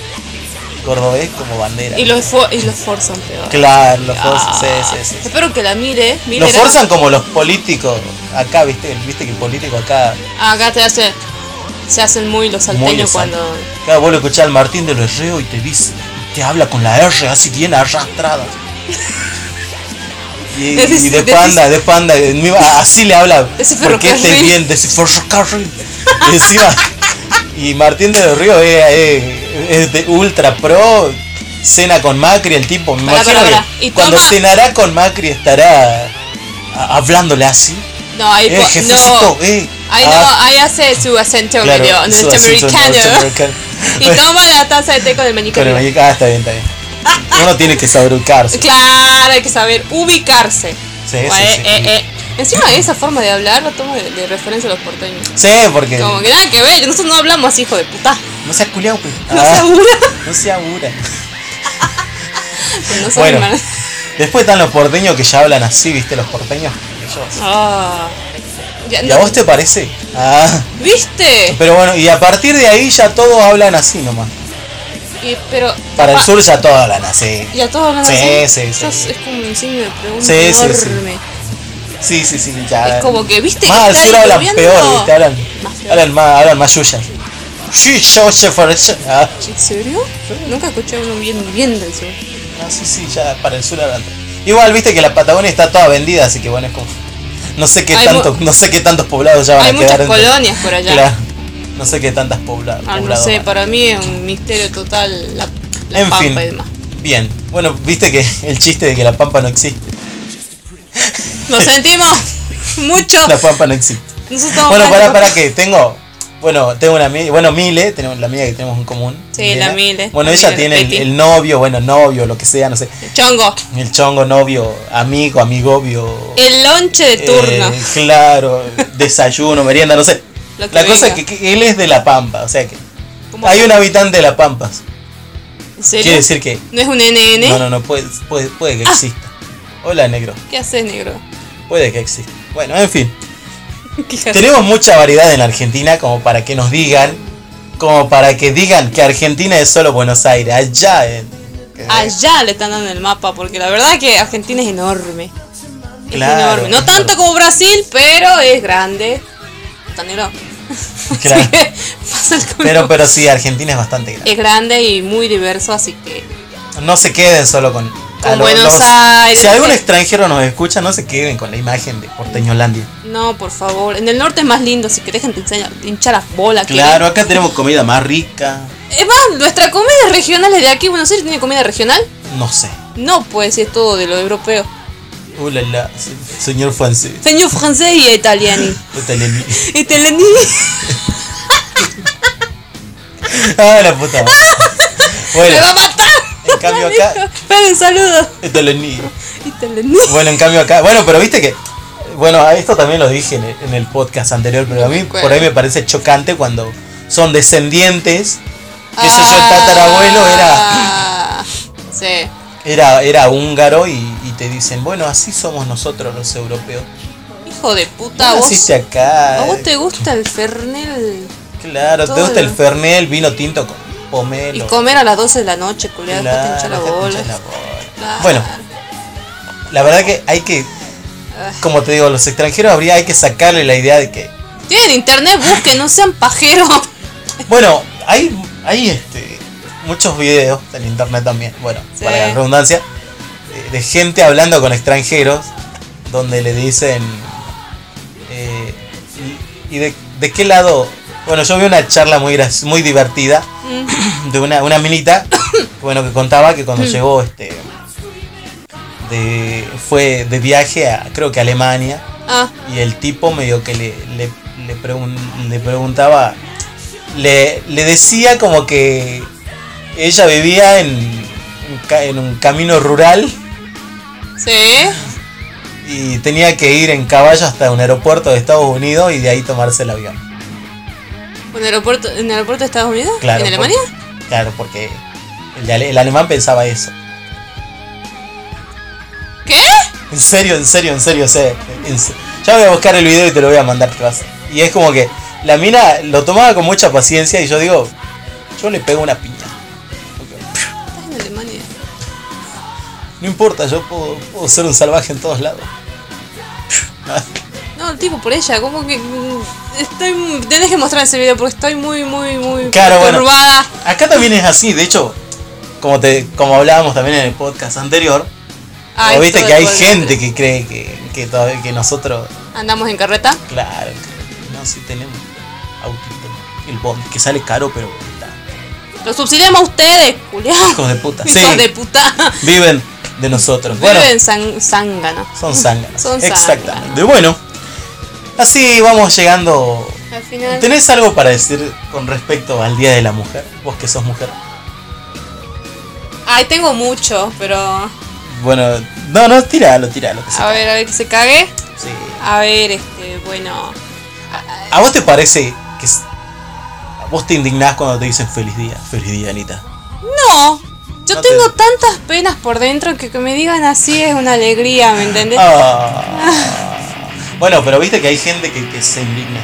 cordobés como bandera.
Y los fo- y los forzan peor.
Claro, lo forzan,
Ah,
sí, sí, sí, sí.
Espero que la mire. mire
Lo forzan como los políticos acá, viste, viste que el político acá
Acá te hace, se hacen muy los salteños
Muy exacto.
cuando.
Claro, vos lo escuchás al Martín del Herreo y te dice, te habla con la R así bien
(laughs)
arrastrada. Y,
Decís-
y de
decís-
panda, de panda, de nueva- así le habla.
Decís
Porque este
ferrocarril.
bien, de ferrocarril. Y Encima. Y Martín del Río es, es- es de ultra pro. Cena con Macri, el tipo. Me
Pará,
imagino
pará, pará.
que
Y
cuando
toma-
cenará con Macri estará a- hablándole así.
No, ahí
Eh,
po-
jefecito,
no.
eh.
Ahí
Ah.
no, ahí hace su acento
Claro,
medio
su acento
norteamericano.
norteamericano.
Y toma la taza de té con el manicomio.
Pero me ah, está bien, está bien. Uno tiene que saber ubicarse.
Claro, hay que saber ubicarse.
Sí,
Eh,
sí, sí.
eh, eh. Encima de esa forma de hablar lo tomo de, de referencia a los porteños.
Sí, porque.
Como que nada que ver, nosotros no hablamos así, hijo de puta.
No seas culiao, pues.
(laughs) No
Ah,
se abura.
No se abura.
Pues No soy
Bueno,
hermana.
después están los porteños que ya hablan así, ¿viste? Los porteños. ellos.
Ah. Ya,
¿Y
no-
a vos te parece? Ah.
¿Viste?
Pero bueno, y a partir de ahí ya todos hablan así nomás.
Y- pero.
Para el
papá,
sur ya todos hablan así.
Y a todos hablan
Sí,
así.
sí, sí.
Eso Es, es como un signo de pregunta
Sí, sí, sí.
enorme.
Sí, sí, sí, ya.
Es como que, ¿viste?
Más al
Está
sur
ahí
hablan
durmiendo.
peor, ¿viste? Hablan,
Más peor.
hablan más, hablan más yuya. Sí, yo se fue. Ah.
¿En serio? Nunca escuché a uno bien, bien del sur.
No, sí, sí, ya para el sur hablan. Igual viste que la Patagonia está toda vendida, así que bueno, es como. No sé qué
Hay
tanto,
mu-
no sé qué tantos poblados ya van
Hay
a quedar.
muchas
entre-
colonias por allá.
Claro. No sé qué tantas pobla- poblados.
Ah, no sé,
van.
para mí es un misterio total la, la
en
pampa
fin.
y demás.
Bien. Bueno, viste que el chiste de que la pampa no existe.
Nos sentimos (laughs) mucho.
La pampa no existe.
Nosotros estamos
bueno,
hablando-
para para que tengo Bueno, tengo una amiga, bueno, Mile, tenemos la amiga que tenemos en común.
Sí, la Mile.
Bueno,
La
ella
amiga de
tiene el,
Peti.
el novio, bueno, novio, lo que sea, no sé.
Chongo.
El chongo, novio, amigo, amigovio.
El lonche de turno.
Eh, claro, desayuno, merienda, no sé.
Lo que
la cosa es
venga.
que, que él es de La Pampa, o sea que
¿Cómo?
hay un habitante de La Pampa.
¿En serio?
Quiere decir que
¿No es un NN?
no, no, no puede, puede, puede que
Ah.
exista. Hola, negro.
¿Qué haces, negro? (laughs)
Puede que exista. Bueno, en fin.
¿Qué haces?
Tenemos mucha variedad en la Argentina como para que nos digan, como para que digan que Argentina es solo Buenos Aires, allá en...
(laughs)
eh,
Allá le están dando el mapa, porque la verdad que Argentina es enorme. Es
Claro,
enorme. No
claro.
tanto como Brasil, pero es grande. Está (laughs) negro.
Claro.
Así que pasa el culo.
Pero, pero sí, Argentina es bastante grande.
Es grande y muy diverso, así que.
No se queden solo con... a lo-
Eh. Buenos
los-
Aires. eh.
Si algún extranjero nos escucha, no se queden con la imagen de Porteñolandia.
No, por favor. En el norte es más lindo, así que dejen de enseñar- de hinchar las bolas. que-
Claro, acá tenemos comida más rica.
Es más, nuestra comida regional es de aquí. Buenos Aires tiene comida regional.
No sé.
No, pues es todo de lo europeo.
Uh, la, la, se- señor francés.
Señor francés y
(laughs)
italiani.
Puta, le-
Italiani.
Ah, la puta.
(laughs)
madre.
¡Me va
Bueno,
a matar!
en cambio
(laughs)
acá.
Esperen, saludo.
esto lo ni-
Italiani.
Bueno, en cambio acá. Bueno, pero viste que. Bueno, a esto también lo dije en el, en el podcast anterior, pero a mí por ahí me parece chocante cuando son descendientes. Que sé yo, el tatarabuelo era,
Ah, Sí.
era, era húngaro y, y te dicen, bueno, así somos nosotros los europeos.
Hijo de puta,
¿Vos
vos.
naciste acá?
¿A vos te gusta el fernel?
Claro, te
todo
gusta el
lo-
Fernet, el vino tinto con
Y
pomelo.
comer a las 12 de la noche, culiado.
Claro,
Dejate hinchar la
dejate
bola.
hinchar la bola.
Claro.
Bueno, la verdad que hay que, como te digo, los extranjeros habría hay que sacarle la idea de que,
Tienen internet, busquen, no sean
(laughs)
pajeros.
bueno, hay, hay este, muchos videos en internet también, bueno,
Sí.
para la redundancia, de, de gente hablando con extranjeros donde le dicen, eh, y, y de, de qué lado? Bueno, yo vi una charla muy, grac- muy divertida de una, una minita, bueno, que contaba que cuando llegó este de, fue de viaje a creo que a Alemania
Ah,
y el tipo medio que le, le, le pregun- le preguntaba, le, le decía como que ella vivía en, un ca- en un camino rural
sí.
y tenía que ir en caballo hasta un aeropuerto de Estados Unidos y de ahí tomarse el avión.
¿Un aeropuerto, ¿En el aeropuerto de Estados Unidos?
Claro,
¿En
por-
Alemania?
claro, porque el, de ale- el alemán pensaba eso.
¿Qué?
En serio, en serio, en serio, o sea, en se- ya voy a buscar el video y te lo voy a mandar, te vas. Y es como que la mina lo tomaba con mucha paciencia y yo digo, yo le pego una piña.
Estás en Alemania.
No importa, yo puedo, puedo ser un salvaje en todos lados.
No, el tipo por ella, como que. mm, Estoy. Tenés que mostrar ese video porque estoy muy, muy, muy.
Claro, bueno.
perturbada.
Acá también es así, de hecho, como te, como hablábamos también en el podcast anterior,
Ah,
como viste
esto del
que hay
pueblo.
gente que cree que, que todavía que nosotros,
Andamos en carreta.
claro, que no si tenemos autito, el bond, que sale caro pero está,
Lo subsidiamos a ustedes, Julián.
hijos de puta, sí,
Hijos de puta.
viven de nosotros. Bueno,
Viven san- zángano.
Son zánganos.
Son
Exactamente. Bueno, así vamos llegando.
Al final.
¿Tenés algo para decir con respecto al Día de la Mujer? Vos que sos mujer.
Ay, tengo mucho, pero.
Bueno, no, no, tíralo, tíralo. que sí.
A ver, a ver que se cague.
Sí.
A ver, este, bueno.
¿A vos te parece que s- vos te indignás cuando te dicen feliz día? Feliz día, Anita.
No. Yo
No te-
tengo tantas penas por dentro que que me digan así es una alegría, ¿me entendés?
Ah. Bueno, pero viste que hay gente que, que se indigna.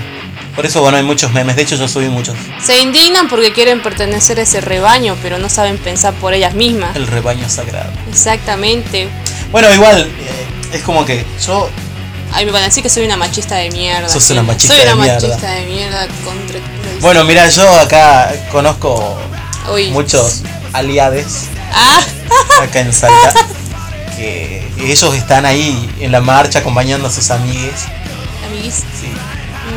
Por eso, bueno, hay muchos memes. De hecho, yo subí muchos.
Se indignan porque quieren pertenecer a ese rebaño, pero no saben pensar por ellas mismas.
El rebaño sagrado.
Exactamente.
Bueno, igual, eh, es como que yo
Ay, me van a decir que soy una machista de mierda.
Sos una machista
Soy
de
una
mierda.
machista de mierda contra el culo.
Bueno, mira, yo acá conozco
Uy.
muchos aliades
Ah, (laughs)
acá en Salta, que ellos están ahí en la marcha acompañando a sus amigues.
amiguis.
Sí,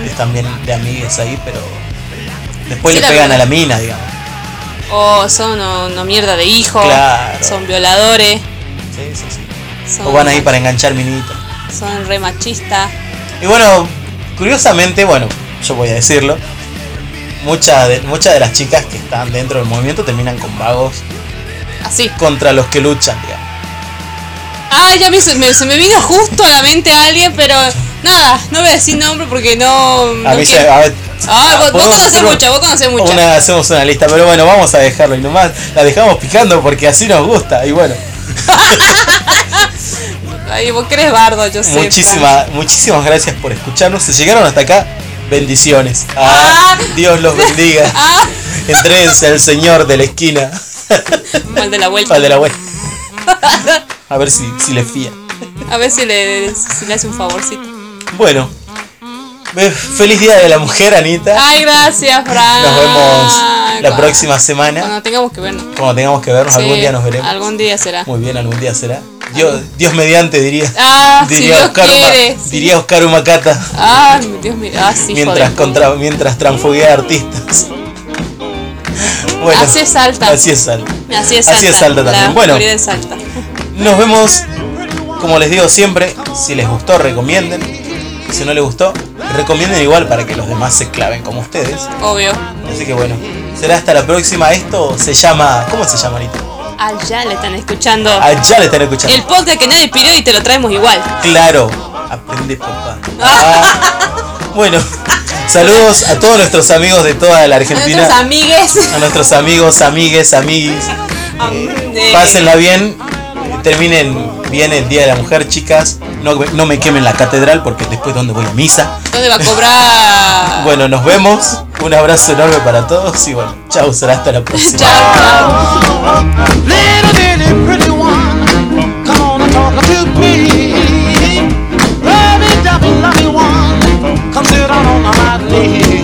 están bien de amigues ahí, pero después
Mm.
le
Sí, la
pegan
verdad.
a la mina, digamos.
Oh, son una, una mierda de hijos.
Claro.
Son violadores.
Sí, sí, sí.
Son,
O van ahí para enganchar minito.
Son re machistas.
Y bueno, curiosamente, bueno, yo voy a decirlo, muchas de, muchas de las chicas que están dentro del movimiento terminan con vagos
Así.
contra los que luchan, digamos.
Ah, ya me, se me, se me vino justo a la mente a alguien, pero nada, no voy a decir nombre porque no.
A
no
mí se.
quiero.
a ver,
Mm, Ah, vos, vos
podemos
conocés
hacer un-
mucho, vos conocés mucho.
Una, hacemos una lista, pero bueno, vamos a dejarlo y nomás la dejamos picando porque así nos gusta. Y bueno,
Ay, vos crees bardo, yo sé. Fran.
muchísimas, muchísimas gracias por escucharnos. Si llegaron hasta acá, bendiciones. Ah,
Ah.
Dios los bendiga.
(laughs) Ah,
Entréense al señor de la
(laughs)
esquina.
mal de la vuelta.
Al de la web. A ver si, si le fía.
A ver si le, si le hace un favorcito.
Bueno, eh, feliz día de la mujer, Anita.
Ay, gracias, Fran.
Nos vemos la
Cuando-
próxima semana.
Cuando tengamos que vernos.
Cuando tengamos que vernos, algún
Sí,
día nos veremos.
Algún día será.
Muy bien, algún día será. Dios, Dios mediante, diría.
Ah, si
diría,
Dios
Oscar, Uma-
quiere. si-
diría Oscar Humacata.
Ah, Dios mío. Ah, sí,
mientras,
joder.
contra, mientras transfoguea
(laughs)
artistas. Bueno,
Así es Salta.
Así es Salta.
Así es Salta.
así es Salta también.
La
Bueno.
oscuridad de Salta.
Nos vemos, como les digo siempre, si les gustó, recomienden. Si no les gustó, recomienden igual para que los demás se claven como ustedes.
Obvio.
Así que bueno, será hasta la próxima. Esto se llama. ¿Cómo se llama ahorita?
Allá le están escuchando.
Allá le están escuchando.
El podcast que nadie pidió y te lo traemos igual.
Claro, aprende papá. Ah, (laughs) bueno, saludos a todos nuestros amigos de toda la
A nuestros
Argentina.
amigues.
A nuestros amigos, amigues, amiguis.
Amigues.
Pásenla bien. eh, Terminen bien el Día de la Mujer, chicas. No, no me quemen la catedral porque después donde voy a misa.
¿Dónde va a cobrar?
Bueno, nos vemos. Un abrazo enorme para todos y bueno, chao, será hasta la próxima.
Chao, (laughs) chao.
Little bitty pretty one, come on and talk to me. Lovey dovey, lovey one, come sit down on my knee.